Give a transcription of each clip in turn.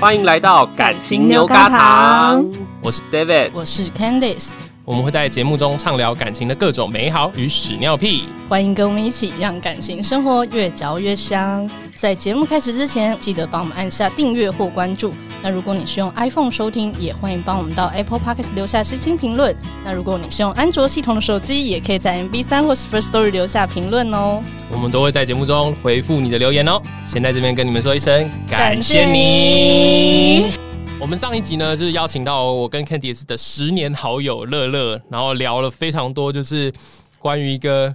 欢迎来到感情牛轧糖，我是 David，我是 Candice，我们会在节目中畅聊感情的各种美好与屎尿屁。欢迎跟我们一起让感情生活越嚼越香。在节目开始之前，记得帮我们按下订阅或关注。那如果你是用 iPhone 收听，也欢迎帮我们到 Apple Podcast 留下星星评论。那如果你是用安卓系统的手机，也可以在 MB 三或是 First Story 留下评论哦。我们都会在节目中回复你的留言哦。先在这边跟你们说一声感谢你。我们上一集呢，就是邀请到我跟 Candice 的十年好友乐乐，然后聊了非常多，就是关于一个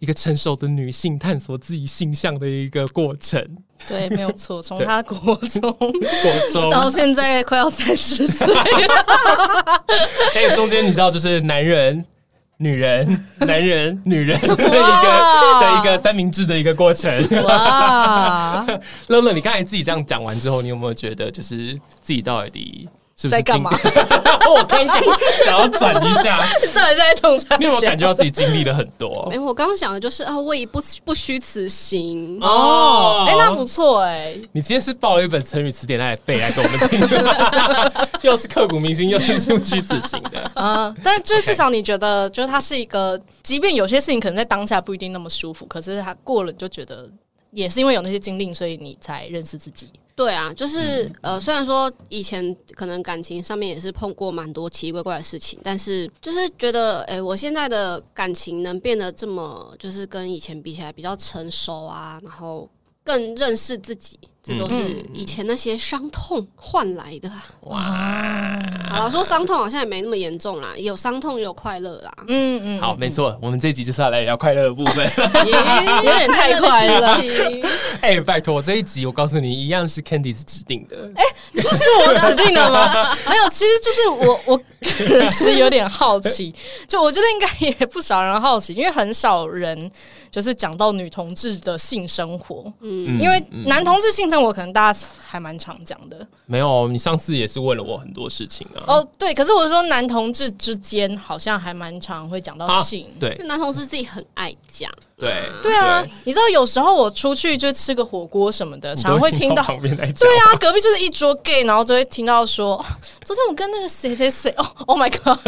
一个成熟的女性探索自己性向的一个过程。对，没有 错，从他国中过中， 到现在快要三十 岁，还哎有中间你知道，就是男人、女 人、男人、女人的一个的一个三明治的一个过程。哇，乐乐，你刚才自己这样讲完之后，你有没有觉得就是自己到底是不是在干嘛经？ 我刚刚想要转一 下， 到底在捅啥？你有没有感觉到自己经历了很多没？有，我刚刚想的就是啊，我已不不虚此行。哦哎、那不错哎、你今天是抱了一本成语词典来背来给我们听， 又是刻骨铭心，又是不虚此行 的。嗯，但就是 OK 至少你觉得，就是它是一个，即便有些事情可能在当下不一定那么舒服，可是它过了，你就觉得也是因为有那些经历，所以你才认识自己。对啊，就是、呃，虽然说以前可能感情上面也是碰过蛮多奇奇怪怪的事情，但是就是觉得，哎、我现在的感情能变得这么，就是跟以前比起来比较成熟啊，然后更认识自己，这都是以前那些伤痛换来的、啊。哇，好了，说伤痛好像也没那么严重啦，有伤痛也有快乐啦。嗯嗯，好，没错，我们这一集就是要来聊快乐的部分。有点太快了， 哎、拜托，这一集我告诉你，一样是 Candice 指定的。哎是我指 定的吗？没有，其实就是我， 我个人其实有点 好奇，就我觉得应该也不少人好奇，因为很少人就是讲到女同志的性生活，嗯，嗯因为男同志性生活可能大家还蛮常讲的，没有，你上次也是问了我很多事情啊。哦，对，可是我说男同志之间好像还蛮常会讲到啊性。因对为男同事自己很爱讲。对对啊，你知道有时候我出去就吃个火锅什么的，你常都会听听到。旁边在讲 对。啊，隔壁就是一桌 gay，然后就会听到说，哦昨天我跟那个谁谁谁，哦，Oh my god，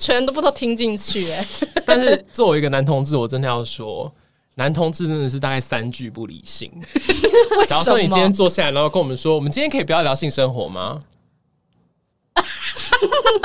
全都 不都听进去哎、但是作为一个男同志，我真的要说，男同志真的是大概三句不离性。 为假如说你什今天么？坐下来，然后跟我们说，我们今天可以不要聊性生活 吗？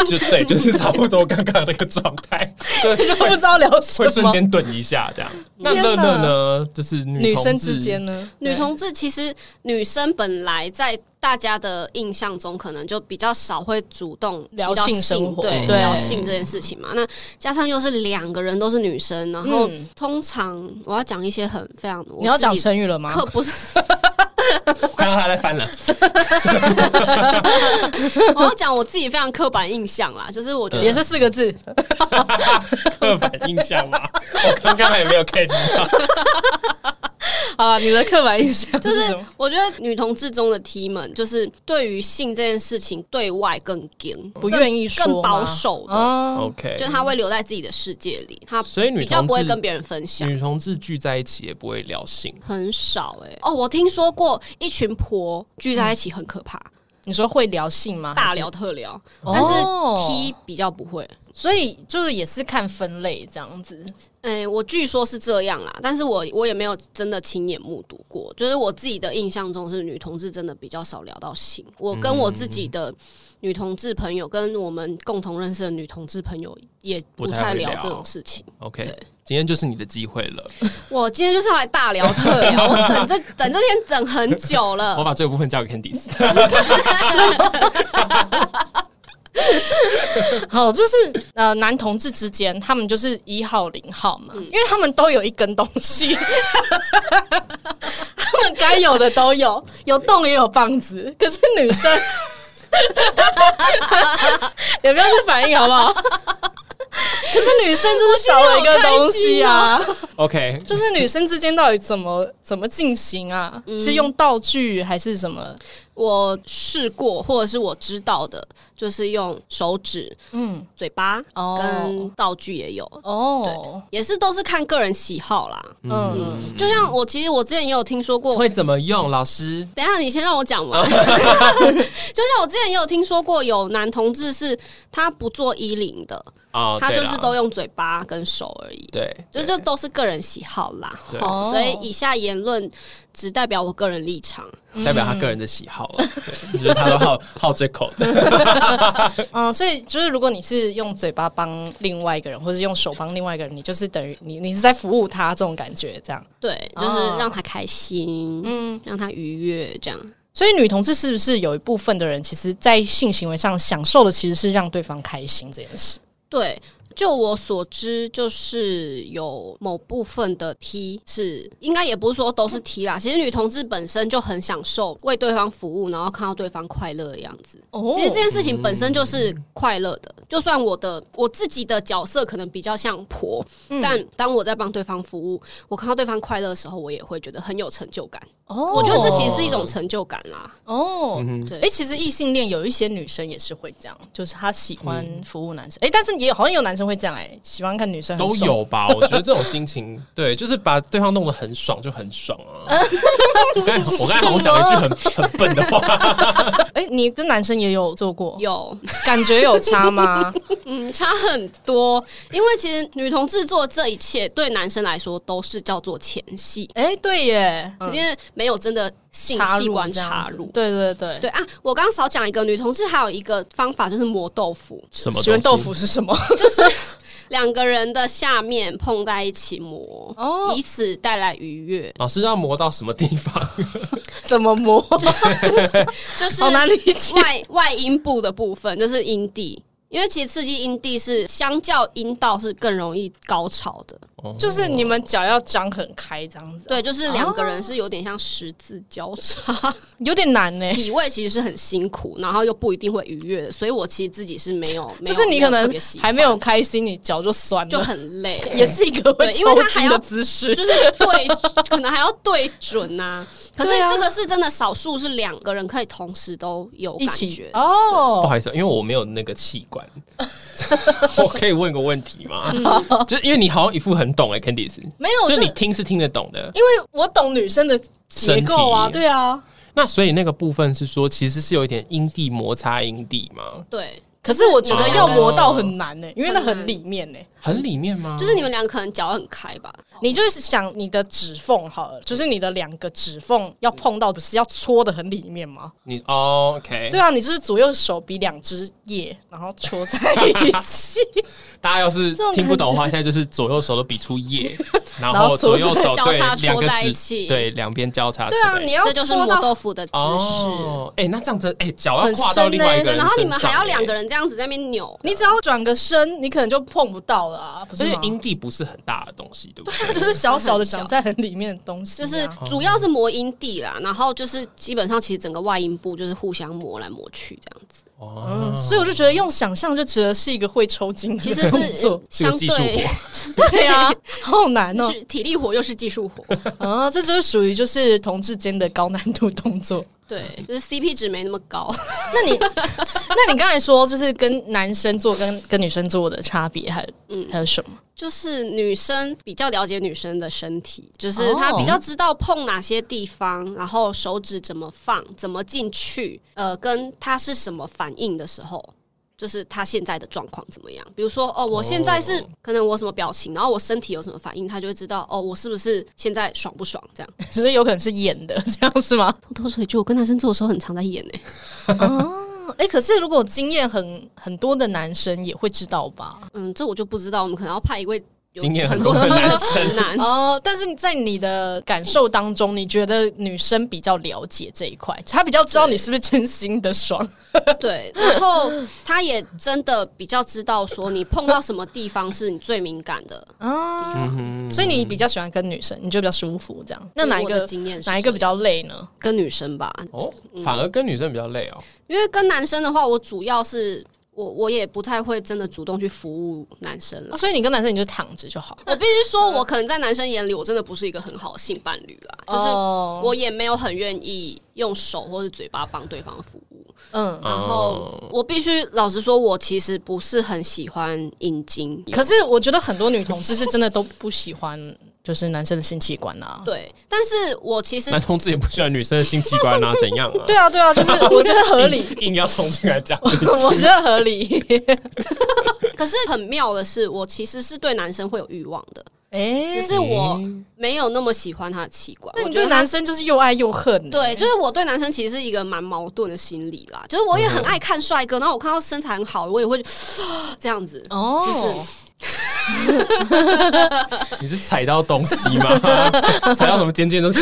就对，就是差不多刚刚那个状态，就就不知道聊什会么。瞬间顿一下这样。那天乐哪乐呢？就是女女同生志之间呢，女同志其实女生本来在大家的印象中，可能就比较少会主动提聊到性生活嗯对对聊性这件事情嘛。那加上又是两个人都是女生，然后嗯通常我要讲一些很非常对你要讲成成语了吗？课不是， 我看到他在翻了，我要讲我自己非常刻板印象啦，就是我觉得也是四个字，刻板印象嘛。 我刚刚还没有 catch 到。啊，你的刻板印象就是是什么我觉得女同志中的 T 们，就是对于性这件事情对外更硬，不愿意说吗，更保守的哦 OK，就是她会留在自己的世界里，她所以女比较同不会志跟别人分享。女同志聚在一起也不会聊性，很少哎、哦，我听说过一群婆聚在一起很可怕，你说会聊性吗？还大是聊特聊，哦但是 T 比较不会。所以就是也是看分类这样子。 哎、我据说是这样啦，但是我我也没有真的亲眼目睹过，就是我自己的印象中是女同志真的比较少聊到性。我跟我自己的女同志朋友，跟我们共同认识的女同志朋友，也不不太太会聊聊这种事情。 OK，对今天就是你的机会了，我今天就是要来大聊特聊，我等这 等这天等很久了我。把这个部分交给 Candice。 好，就是呃，男同志之间他们就是一号零号嘛，因为他们都有一根东 西，他们该有的都有，有洞也有棒子。可是女生 也不要再反应好不 好？可是女生就是少了一个东西啊， OK，嗯就是女生之间到底怎么怎么进行啊？是用道具还是什么？我试过或者是我知道的，就是用手指、嗯，嘴巴哦跟道具也有，哦，也是都是看个人喜好啦。嗯，就像我其实我之前也有听说过，会怎么用？老师，等一下，你先让我讲完。 就像我之前也有听说过，有男同志是他不做衣领的，哦，他对就啦是都用嘴巴跟手而已。对，这对就都是个人喜好啦，对哦所以以下言论只代表我个人立场。代表他个人的喜好了，对就是他都 好好这口的。嗯，所以就是如果你是用嘴巴帮另外一个人，或者用手帮另外一个人，你就是等于你你是在服务他这种感觉，这样。对，哦就是让他开心，嗯，让他愉悦，这样。所以女同志是不是有一部分的人，其实在性行为上享受的其实是让对方开心这件事？对，就我所知，就是有某部分的 T 是，应该也不是说都是 T 啦。其实女同志本身就很享受为对方服务，然后看到对方快乐的样子。哦其实这件事情本身就是快乐的。就算我的我自己的角色可能比较像婆，但当我在帮对方服务，我看到对方快乐的时候，我也会觉得很有成就感。哦我觉得这其实是一种成就感啦。哦。嗯对哎、其实异性恋有一些女生也是会这样，就是她喜欢嗯服务男生。哎、但是也有好像有男生会这样、哎，喜欢看女生很都爽。有吧？我觉得这种心情，对，就是把对方弄得很爽就很爽 啊。我刚才我刚才好像讲了一句很很笨的话，哎、你跟男生也有做过， 有，感觉有差吗？嗯，差很多，因为其实女同志做这一切对男生来说都是叫做前戏， 哎、对耶，因为没有真的性器官这样嗯插子入。对对对。对啊，我刚刚少讲一个，女同志还有一个方法就是磨豆腐，什喜欢么豆腐？是什么？ 就是两个人的下面碰在一起磨，哦以此带来愉悦。老师要磨到什么地方？怎么磨？就是好难理解。外外阴部的部分，就是阴蒂，因为其实刺激阴蒂是相较阴道是更容易高潮的。哦就是你们脚要张很开这样子，对，就是两个人是有点像十字交叉，有点难呢、体位其实是很辛苦，然后又不一定会愉悦的，所以我其实自己是没有，没就有是你可没有能特别喜欢还没有开心，你脚就酸就了，很累， 也是一个会对因为抽他还筋要的姿势。就是对， 可能还要对准 呐、可是对啊这个是真的少数是两个人可以同时都有一感起觉。不哦，好意思，因为我没有那个器官， 我可以问个问题吗？就是因为你好像一副很懂哎，Candice，没有，就哦就你听是听得懂的。因为我懂女生的结构啊，身体对啊。那所以那个部分是说，其实是有一点阴蒂摩擦阴蒂吗？对，可是我觉得要磨到很难呢、因为那很里面呢、很里面吗？就是你们两个可能脚很开吧，你就是想你的指缝好了，就是你的两个指缝要碰到，不是要戳的很里面吗？你哦 OK，对啊，你就是左右手比两只叶，然后戳在一 起。 大家要是种听不懂的话，感觉现在就是左右手都比出耶，然然后后左右手左手对交叉两戳个在一指起对两边交叉戳对啊，在一起。你要这就是戳磨到豆腐的姿势。哦，哎、那这样子，哎、脚要很跨到深另外一个对，人然后你们身上还要两个哎人这样子在那边扭，你只要转个身，你可能就碰不到了啊，不所是以吗？阴蒂不是很大的东西，对不对？ 就是小小的长在很里面的东西啊、就是主要是磨阴蒂啦，然后就是基本上其实整个外阴部就是互相磨来磨去这样子，哦嗯，所以我就觉得用想象就觉得是一个会抽筋的其实动 是呃作，是个相技术对活，对啊，好难哦、是体力活又是技术活，啊，这就是属于就是同志间的高难度动作。 对，就是 CP 值没那么高。那你， 那你刚才说就是跟男生做跟跟女生做的差别，还有嗯还有什么？ 就是女生比较了解女生的身体，就是哦她比较知道碰哪些地方，然后手指怎么放、怎么进去，呃，跟她是什么反应的时候。就是她现在的状况怎么样？比如说，哦，我现在是、可能我什么表情，然后我身体有什么反应，她就会知道，哦，我是不是现在爽不爽？这样所以有可能是演的，这样是吗？ 偷偷说一句，我跟男生做的时候很常在演欸呢、哦， 哎、可是如果经验很很多的男生也会知道吧？嗯，这我就不知道，我们可能要派一位有经验很 很多多的经验男的生直男。哦，但是在你的感受当中，你觉得女生比较了解这一块，她比较知道你是不是真心的爽。对，然后他也真的比较知道说你碰到什么地方是你最敏感的地方。嗯所以你比较喜欢跟女生，你就比较舒服这 样。那哪一我的个经验是哪一个比这样较累呢？跟女生吧？哦，反而跟女生比较累哦。因为跟男生的话，我主要是。我我也不太会真的主动去服务男生了啊。所以你跟男生你就躺着就好了。我必须说，我可能在男生眼里，我真的不是一个很好的性伴侣啦，就是哦我也没有很愿意用手或是嘴巴帮对方服务。嗯，哦然后我必须老实说，我其实不是很喜欢阴茎，可是我觉得很多女同志是真的都不喜欢，就是男生的性器官啊。对，但是我其实男同志也不喜欢女生的性器官啊，怎样啊？ 对啊，对啊，就是我觉得合理，硬要从这个来讲， 我觉得合理。 可是很妙的是，我其实是对男生会有欲望的，哎只，是我没有那么喜欢他的器官。那我你觉对得男他生就是又爱又恨。对，就是我对男生其实是一个蛮矛盾的心理啦，就是我也很爱看帅哥，然后我看到身材很好，我也会 这样子。哦， 你是踩到东西吗？ 踩到什么尖尖的？所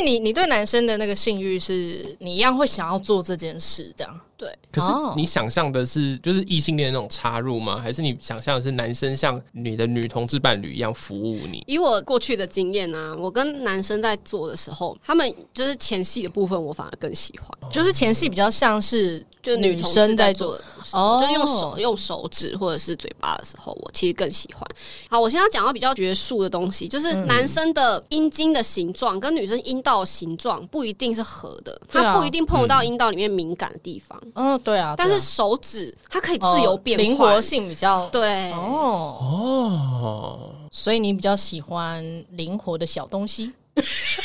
以你你对男生的那个性欲是你一样会想要做这件事，这样对，可是哦你想象的是就是异性恋那种插入吗？还是你想象的是男生像你的女同志伴侣一样服务你？以我过去的经验啊，我跟男生在做的时候，他们就是前戏的部分，我反而更喜欢，就是前戏比较像是就哦女同生事在做。的时候，哦就用手用手指或者是嘴巴的时候，我其实更喜欢。好，我现在讲到比较学术的东西，就是嗯男生的阴茎的形状跟女生阴道的形状不一定是合的，对啊它不一定碰得到阴道里面敏感的地方，嗯，对啊，但是对啊手指它可以自由变哦灵换活性比较对，哦，哦，所以你比较喜欢灵活的小东西就是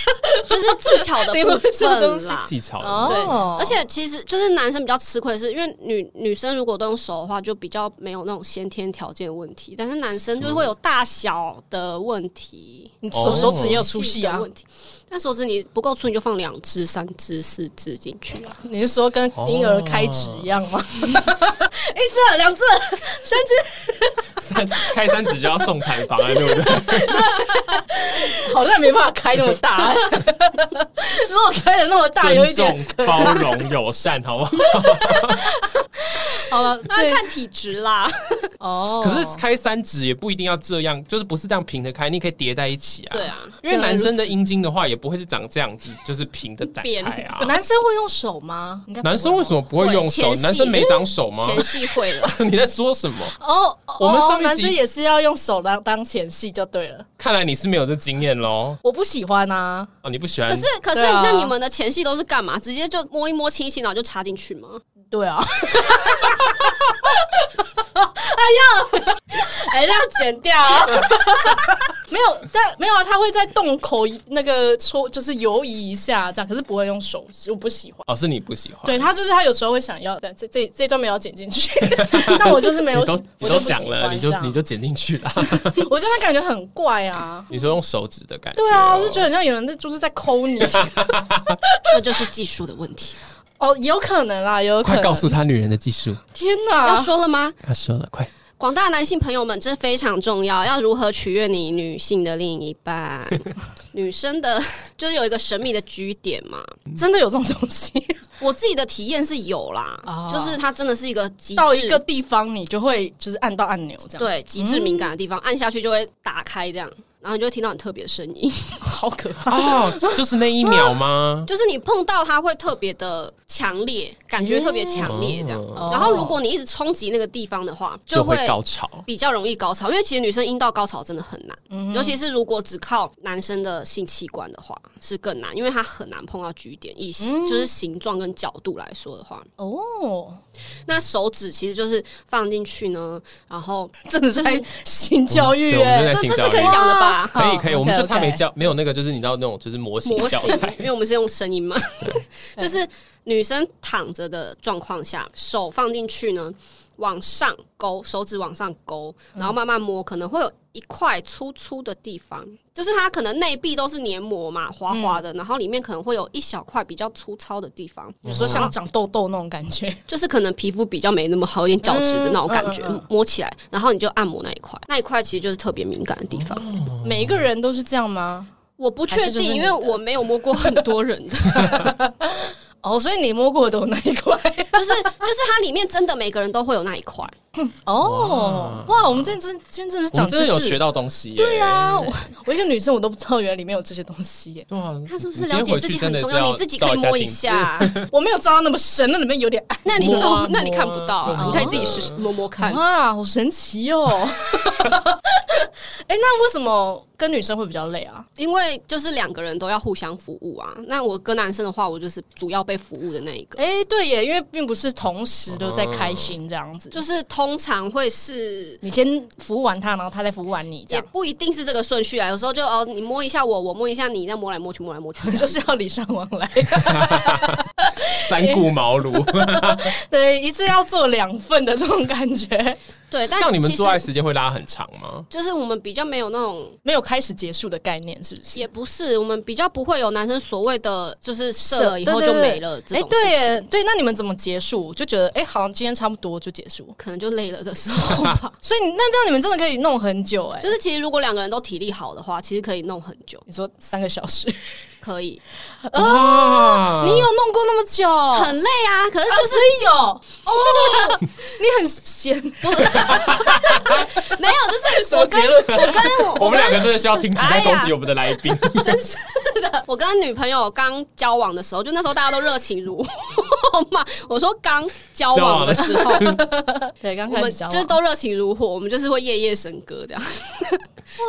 技巧 的灵活部性的东分西啦。技巧的对，啊哦，而且其实就是男生比较吃亏，是因为女女生如果都用手的话，就比较没有那种先天条件的问题，但是男生就会有大小的问题，你手哦手指也有粗细的啊，问题。但手指你不够粗，你就放两只、三只、四只进去啊。你是说哦跟婴儿开指一样吗？ 一只、两只，三开三指就要送产房了，对不 对？好像没办法开那么大。 如果开的那么大，有一尊点重、包容、友善，好不好？好了，那对看体质啦。哦可是开三指也不一定要这样，就是不是这样平着开，你可以叠在一起啊。 对啊，因为男生的阴茎的话，也不会是长这样子，就是平的展开啊。 男生会用手吗？应该不会男生为什么不会用手会前？戏男生没长手吗？前戏会了， 你在说什么？吧？哦，哦我们上一集男生也是要用手当当前戏就对了。看来你是没有这经验喽。我不喜欢啊，哦，你不喜欢可是可是、对啊那你们的前戏都是干嘛？直接就摸一摸、亲一亲，然后就插进去吗？对啊。 哎呀，哎，这样剪掉、啊。 没有，但没有啊，他会在洞口那个戳，就是游移一下这样，可是不会用手，我不喜欢。哦，是你不喜欢。对他就是他有时候会想要，但这这这段没有剪进 去，但我就是没有，你都我你就都不喜讲欢了，你这就样你就剪进去了。我真的感觉很怪 啊。你说用手指的感觉哦，对啊，我就觉得很像有人在就是在 抠你， 那就是技术的问题。哦，有可能啦，有可能。快告诉他女人的技术。天哪，要说了吗？他说了，快广大男性朋友们，这非常重要，要如何取悦你女性的另一 半？女生的，就是有一个神秘的据点嘛。真的有这种东西，我自己的体验是有啦，啊就是它真的是一个极致到一个地方你就会就是按到按钮这样，，对极致敏感的地嗯方，按下去就会打开这样。然后你就会听到很特别的声 音，好可怕。哦，就是那一秒 吗？就是你碰到它会特别的强烈，感觉特别强烈这样。哦哦然后如果你一直冲击那个地方的话，就会会高潮。比较容易高潮，因为其实女生阴道高潮真的很难，尤其是如果只靠男生的性器官的话是更难，因为它很难碰到据点，以、就是形状跟角度来说的话，哦，那手指其实就是放进去呢，然后真的在性教育对我们哎、正在这性这教是育可以讲的吧？可以可以，哦我们就 OK，OK 差没教没有那个，就是你知道那种就是模型模教型材，， 因为我们是用声音嘛， 对就是女生躺着的状况下，手放进去呢，往上勾，手指往上勾，嗯然后慢慢摸，可能会有一块粗粗的地方，就是它可能内壁都是黏膜嘛，滑滑嗯的，然后里面可能会有一小块比较粗糙的地方，比如说像长痘痘那种感觉，就是可能皮肤比较没那么好，有点角质的那种感觉，嗯嗯嗯摸起来，然后你就按摩那一块，那一块其实就是特别敏感的地方。哦每一个人都是这样吗？我不确哦还是就是定，你因的为我没有摸过很多人的，哦，所以你摸过的我那一块，就是就是它里面真的每个人都会有那一块， 哦，哇，我们今天真今天真的 是我长们知真的识，有学到东西耶。对啊，我我一个女生我都不知道原来里面有这些东西耶，对啊，他是不是你今天了解回自去己真很的重是要？要你自己照可以摸一一镜子。下， 我没有照到那么深，那里面有点那你摸啊照，那你看不摸啊到啊，你可以自己试试摸啊摸摸暗看。哇，好神奇哦！ 哎、那为什么跟女生会比较累啊？因为就是两个人都要互相服务啊。那我跟男生的话，我就是主要被服务的那一个。哎、对耶，因为并不是同时都在哦开心这样子，就就是是通常会是，你先服务完他，然后他再服务完你，这也样。不一定是这个顺序啊。有时候就哦，你摸一下我，我摸一下你，那摸来摸去，摸来摸去 就是要礼尚往来。 三顾茅 庐， 对，一次要做两份的这种感觉，对，这但样你们其实做爱时间会拉很长 吗？就是我们比较没有那种，没有开始结束的概念，是不是？哎也不是我们比较不会有男生所谓的就是射射了以对后对就对没了这哎、种事对情。耶，对，那你们怎么结束？就觉得哎、好像今天差不多就结束，啊可能就累了的时 候吧，所以你那这样你们真的可以弄很久哎、就是其实如果两个人都体力好的话，其实可以弄很久，你说三个小时，嗯可以哦 哇，你有弄过那么久？很累啊。可是就是以有哦，你很闲，没有，就是我跟论？我跟我哎我们两个真的需要停止在攻击我们的来 宾。我跟女朋友刚交往的时候，就那时候大家都热情如火 嘛。我说刚交往的时候，对，刚我 开们始交往就是都热情如火，我们就是会夜夜笙歌这样。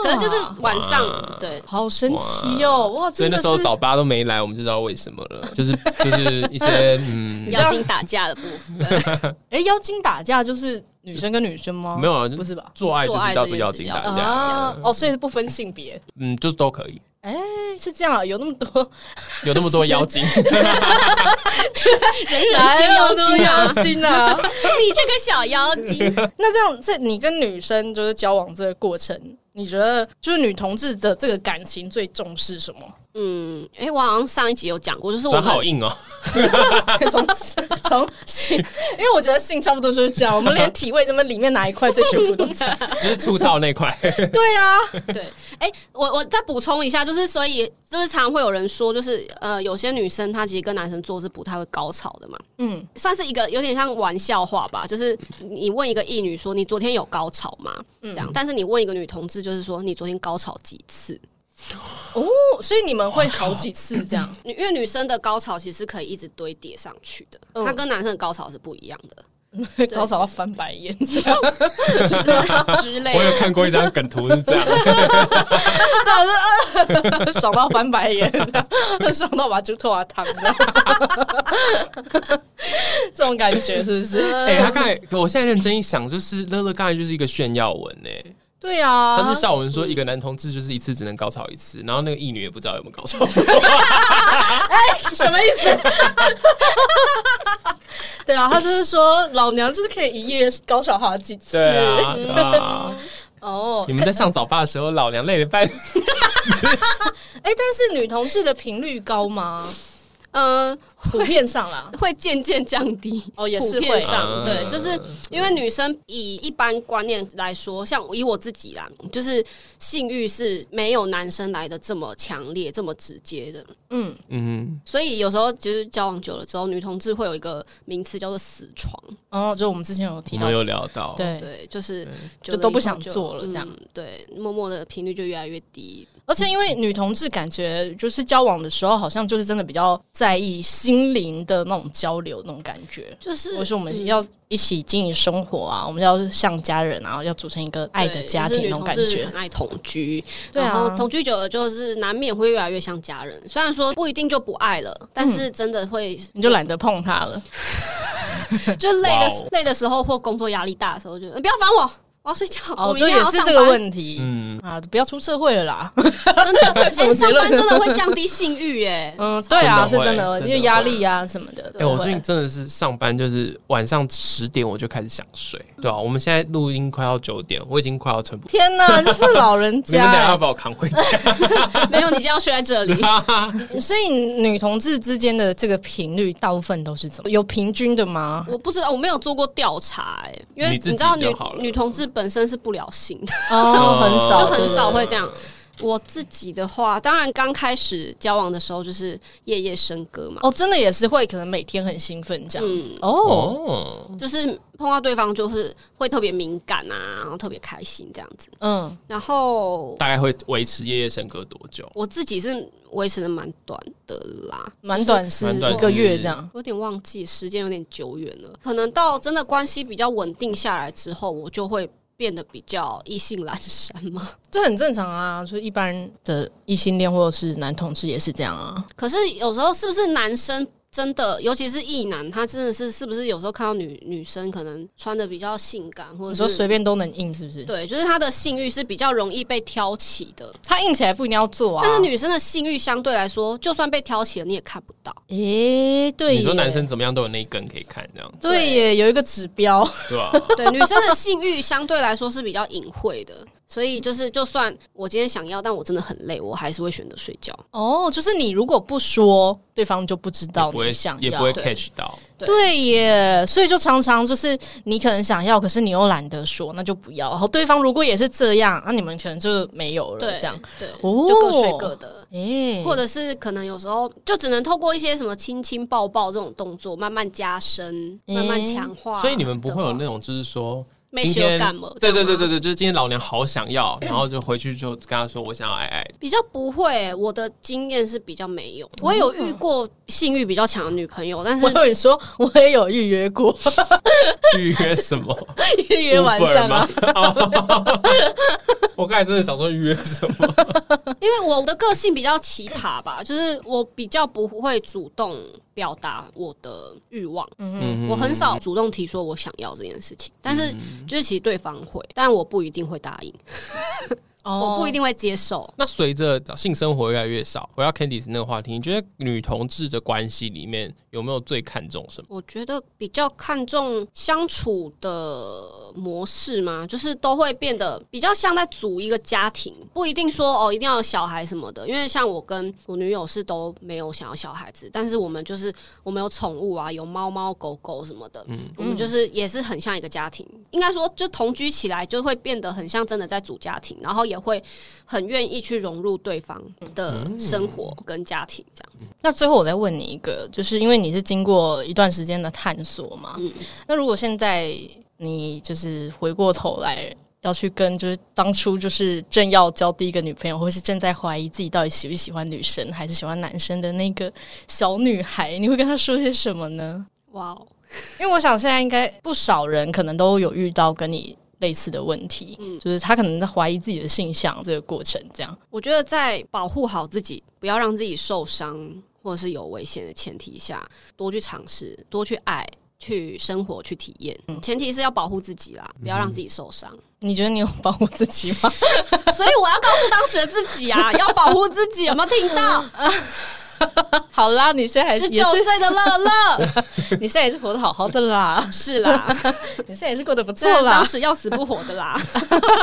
可是就是晚上哇，对好神奇哦，哇，所以那真的时候是早八都没来，我们就知道为什么了，就是就是一 些嗯，妖精打架的部 分，哎，妖精打架就是女生跟女生吗？没有啊不是吧？做爱就是叫做做妖爱这精件事打打架，啊，哦，所以是不分性别，嗯，就是都可以，哎， 是这样啊，有那么 多有那么 多妖精，人人皆妖精啊！精啊！你这个小妖精， 那这样，这你跟女生就是交往这个过程，你觉得就是女同志的这个感情最重视什 么？嗯，哎、我好像上一集有讲过，就是我转好们硬哦，从从性，因为我觉得性差不多就是这样，我们连体位这么里面哪一块最舒服都这样。就是粗糙那 块， 对啊，对，哎、我我再补充一下，就是所以就是常会有人说，就是呃，有些女生她其实跟男生做是不太会高潮的嘛。嗯，算是一个有点像玩笑话吧，就是你问一个异女说你昨天有高潮吗？这嗯样，但是你问一个女同志就是说你昨天高潮几次？哦，所以你们会好几次这 样，因为女生的高潮其实可以一直堆叠上去的，嗯她跟男生的高潮是不一样的高潮到翻白眼， 之类我有的。看过一张梗图是这样， 爽到翻白眼，爽到把猪吐啊汤的， 这种感觉是不是？哎，他刚才我现在认真一想，就是乐乐刚才就是一个炫耀文呢，对他啊是，笑文说一个男同志就是一次只能高潮一次，然后那个异女也不知道有没有高潮， 什么意思？ 对啊，他就是说老娘就是可以一夜高潮好几次对 啊，啊， 哦你。们在上早八的时候，老娘累得半死，哎，但是女同志的频率高吗？嗯、普遍上啦，会渐渐降低 哦也是普遍会上啊对，就是因为女生以一般观念来说，像以我自己啦，就是性欲是没有男生来的这么强烈、这么直接的。嗯，嗯。所以有时候就是交往久了之后，女同志会有一个名词叫做“死床哦，就我们之前有提我到们，有聊到，”，对，对，就是就都不想做了这样样，嗯对，默默的频率就越来越低。而且因为女同志感觉就是交往的时候，好像就是真的比较在意心灵的那种交流那种感觉，就是或是我们嗯要一起经营生活啊，我们要像家人啊，要组成一个爱的对家就是庭女那种感同志觉很。爱同居，对啊然后同居久了就是难免会越来越像家人。虽然说不一定就不爱了，嗯但是真的会你就懒得碰他了，就累哇的哦累的时候或工作压力大的时候，就呃不要烦我。我要睡觉，我哦，明就也天还要是上这个班问题，嗯啊，不要出社会了啦， 真的，哎、什么结上论班真的会降低性欲哎 耶、嗯，对啊，真的会是真的，真的因为压力啊什么的。哎、都我会最近真的是上班，就是晚上十点我就开始想睡，对啊，我们现在录音快要九点，我已经快要撑不，天 哪，这是老人你们等一下家欸要，把我扛回家。没有，你就要睡在 这里。所以女同志之间的这个频率大部分都是怎么有平均的吗？我不知道，我没有做过调查、哎，因为你自己知道就女好了女同志本身是不了性的，哦，很少，就很少对会这样。我自己的话，当然刚开始交往的时候就是夜夜笙歌嘛，哦，真的也是会可能每天很兴奋这样子、嗯，哦。哦，就是碰到对方就是会特别敏感啊，然后特别开心这样子。嗯，然后大概会维持夜夜笙歌多久？我自己是维持的蛮短的啦，蛮短是蛮短一个月是这样。有点忘记时间，有点久远了。可能到真的关系比较稳定下来之后，我就会变得比较意兴阑珊嘛。这很正常啊，就是一般的异性恋或者是男同志也是这样啊。 可是有时候是不是男生真的，尤其是异男，他真的是是不是有时候看到女女生可能穿的比较性感，或你者说是随便都能硬是不是？对，就是他的性欲是比较容易被挑起的。他硬起来不一定要做啊。但是，女生的性欲相对来说，就算被挑起了，你也看不 到。诶、对耶，你说男生怎么样都有那一根可以看，这样对耶，有一个指标，对啊吧？对，女生的性欲相对来说是比较隐晦的，所以就是就算我今天想要，但我真的很累，我还是会选择睡觉。 哦，就是你如果不说，对方就不知道也不会你想也不要会对 catch 到。对对耶，所以就常常就是你可能想要，可是你又懒得说，那就不要。然后对方如果也是这样，那、你们可能就没有了对，这样。对，哦就各睡各的。哎，或者是可能有时候就只能透过一些什么亲亲抱抱这种动作，慢慢加深，诶慢慢强化的话。所以你们不会有那种就是说没今学有天感嘛？对这对样对吗对。对，就是今天老娘好想要，然后就回去就跟他说我想要爱爱。比较不会、我的经验是比较没有。我有遇过性欲比较强的女朋友，但是嗯我有你说，我也有预约过，预约什 么？预约晚上啊， Uber 吗？ 我刚才真的想说预约什么？ 因为我的个性比较奇葩吧，就是我比较不会主动表达我的欲望，嗯我很少主动提说我想要这件事情。但是就是其实对方会，但我不一定会答应，哦我不一定会接受。那随着性生活越来越少，回到 Candice 那个话题，你觉得女同志的关系里面有没有最看重什么？我觉得比较看重相处的模式嘛，就是都会变得比较像在组一个家庭，不一定说哦一定要有小孩什么的。因为像我跟我女友是都没有想要小孩子，但是我们就是我们有宠物啊，有猫猫狗狗什么的，我们就是也是很像一个家庭。应该说，就同居起来就会变得很像真的在组家庭，然后也会很愿意去融入对方的生活跟家庭这样子。那最后我再问你一个，就是因为你是经过一段时间的探索嘛，嗯那如果现在你就是回过头来要去跟就是当初就是正要交第一个女朋友，或是正在怀疑自己到底喜不喜欢女生还是喜欢男生的那个小女孩，你会跟她说些什么呢？哇、哦！因为我想现在应该不少人可能都有遇到跟你类似的问题，嗯就是她可能在怀疑自己的性向这个过程，这样我觉得在保护好自己，不要让自己受伤或者是有危险的前提下，多去尝试，多去爱，去生活，去体验。嗯前提是要保护自己啦，不要让自己受伤。你觉得你有保护自己 吗？所以我要告诉当时的自己啊，要保护自己，有没有听到？好啦，你 现在还是十九也是岁的乐乐 你现在也是活得好好的啦，是啦，你现在也是过得不错虽然啦当。时要死不活 的啦。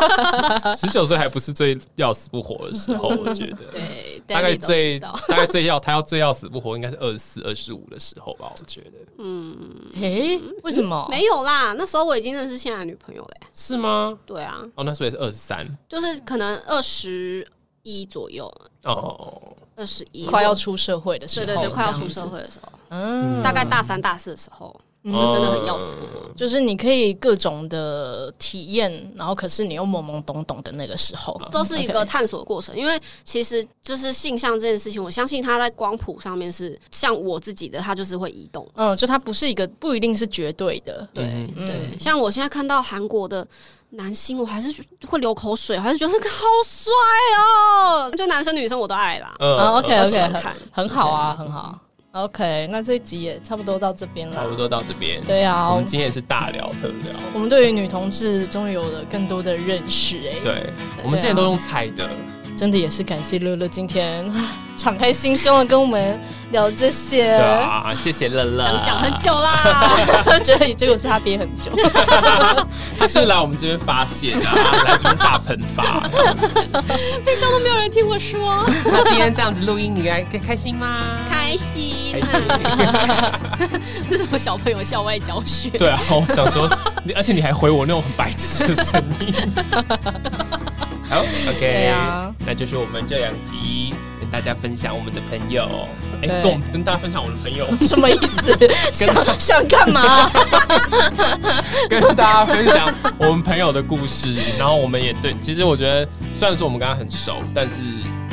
十九岁还不是最要死不活的时候，我觉得。对，大概 Danny 都知最道大概最要他要最要死不活，应该是二十四、二十五的时候吧，我觉得诶、为什么？没有啦，那时候我已经认识现在的女朋友嘞、是吗？对啊，哦，那时候也是二十三就是可能二十一左右，哦，二十一快要出社会的时对候，对对，快要出社这样子。会的时候，嗯，大概大三大四的时候，嗯就真的很要死不活。就是你可以各种的体验，然后可是你又懵懵懂懂的那个时候，这是一个探索的过程，因为其实就是性向这件事情，我相信它在光谱上面是像我自己的，它就是会移动。嗯，就它不是一个不一定是绝对的，对、嗯对，像我现在看到韩国的男星，我还是觉得会流口水，我还是觉得这个好帅哦。就男生女生我都爱啦，嗯哦，OK，OK 我喜欢很看。很好啊，很好。OK，那这一集也差不多到这边了，差不。多到这边。对啊，我我们今天也是大聊特聊。我们对于女同志终于有了更多的认识、诶，对，啊我们之前都用猜的，真的也是感谢乐乐今天啊敞开心胸的跟我们聊这些。对啊，谢谢乐乐。想讲很久啦， 觉得结果是他憋很久。 他是来我们这边发泄的、 啊，来这边大喷发。非常都没有人听我说， 那今天这样子录音，你还开开心吗？开心开。 心。这是我小朋友校外教学。对啊，我想说，你而且你还回我那种很白痴的声音。好，OK，对啊那就是我们这两集跟大家分享我们的朋友，哎、对跟我们跟大家分享我的朋友，什么意思？ 想想干嘛？跟大家分享我们朋友的故事，然后我们也对，其实我觉得虽然说我们跟他很熟，但是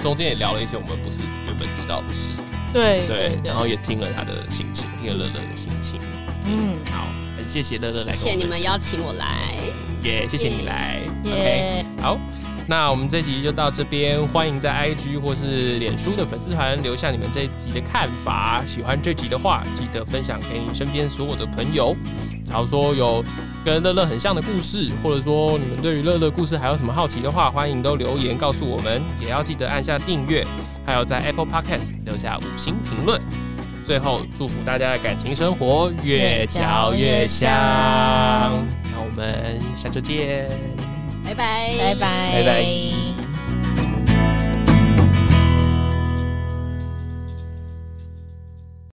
中间也聊了一些我们不是原本知道的事，对对，然后也听了他的心情，听了乐乐的心情，嗯，好，很谢谢乐乐谢来跟我谢你们邀请我来，耶谢谢你来，OK。耶，好，那我们这集就到这边，欢迎在 IG 或是脸书的粉丝团留下你们这一集的看法。喜欢这集的话，记得分享给你身边所有的朋友。假如说有跟乐乐很像的故事，或者说你们对于乐乐故事还有什么好奇的话，欢迎都留言告诉我们，也要记得按下订阅，还有在 Apple Podcast 留下五星评论。最后，祝福大家的感情生活越越嚼嚼越越香香。那我们下周见。拜拜，拜拜，拜拜。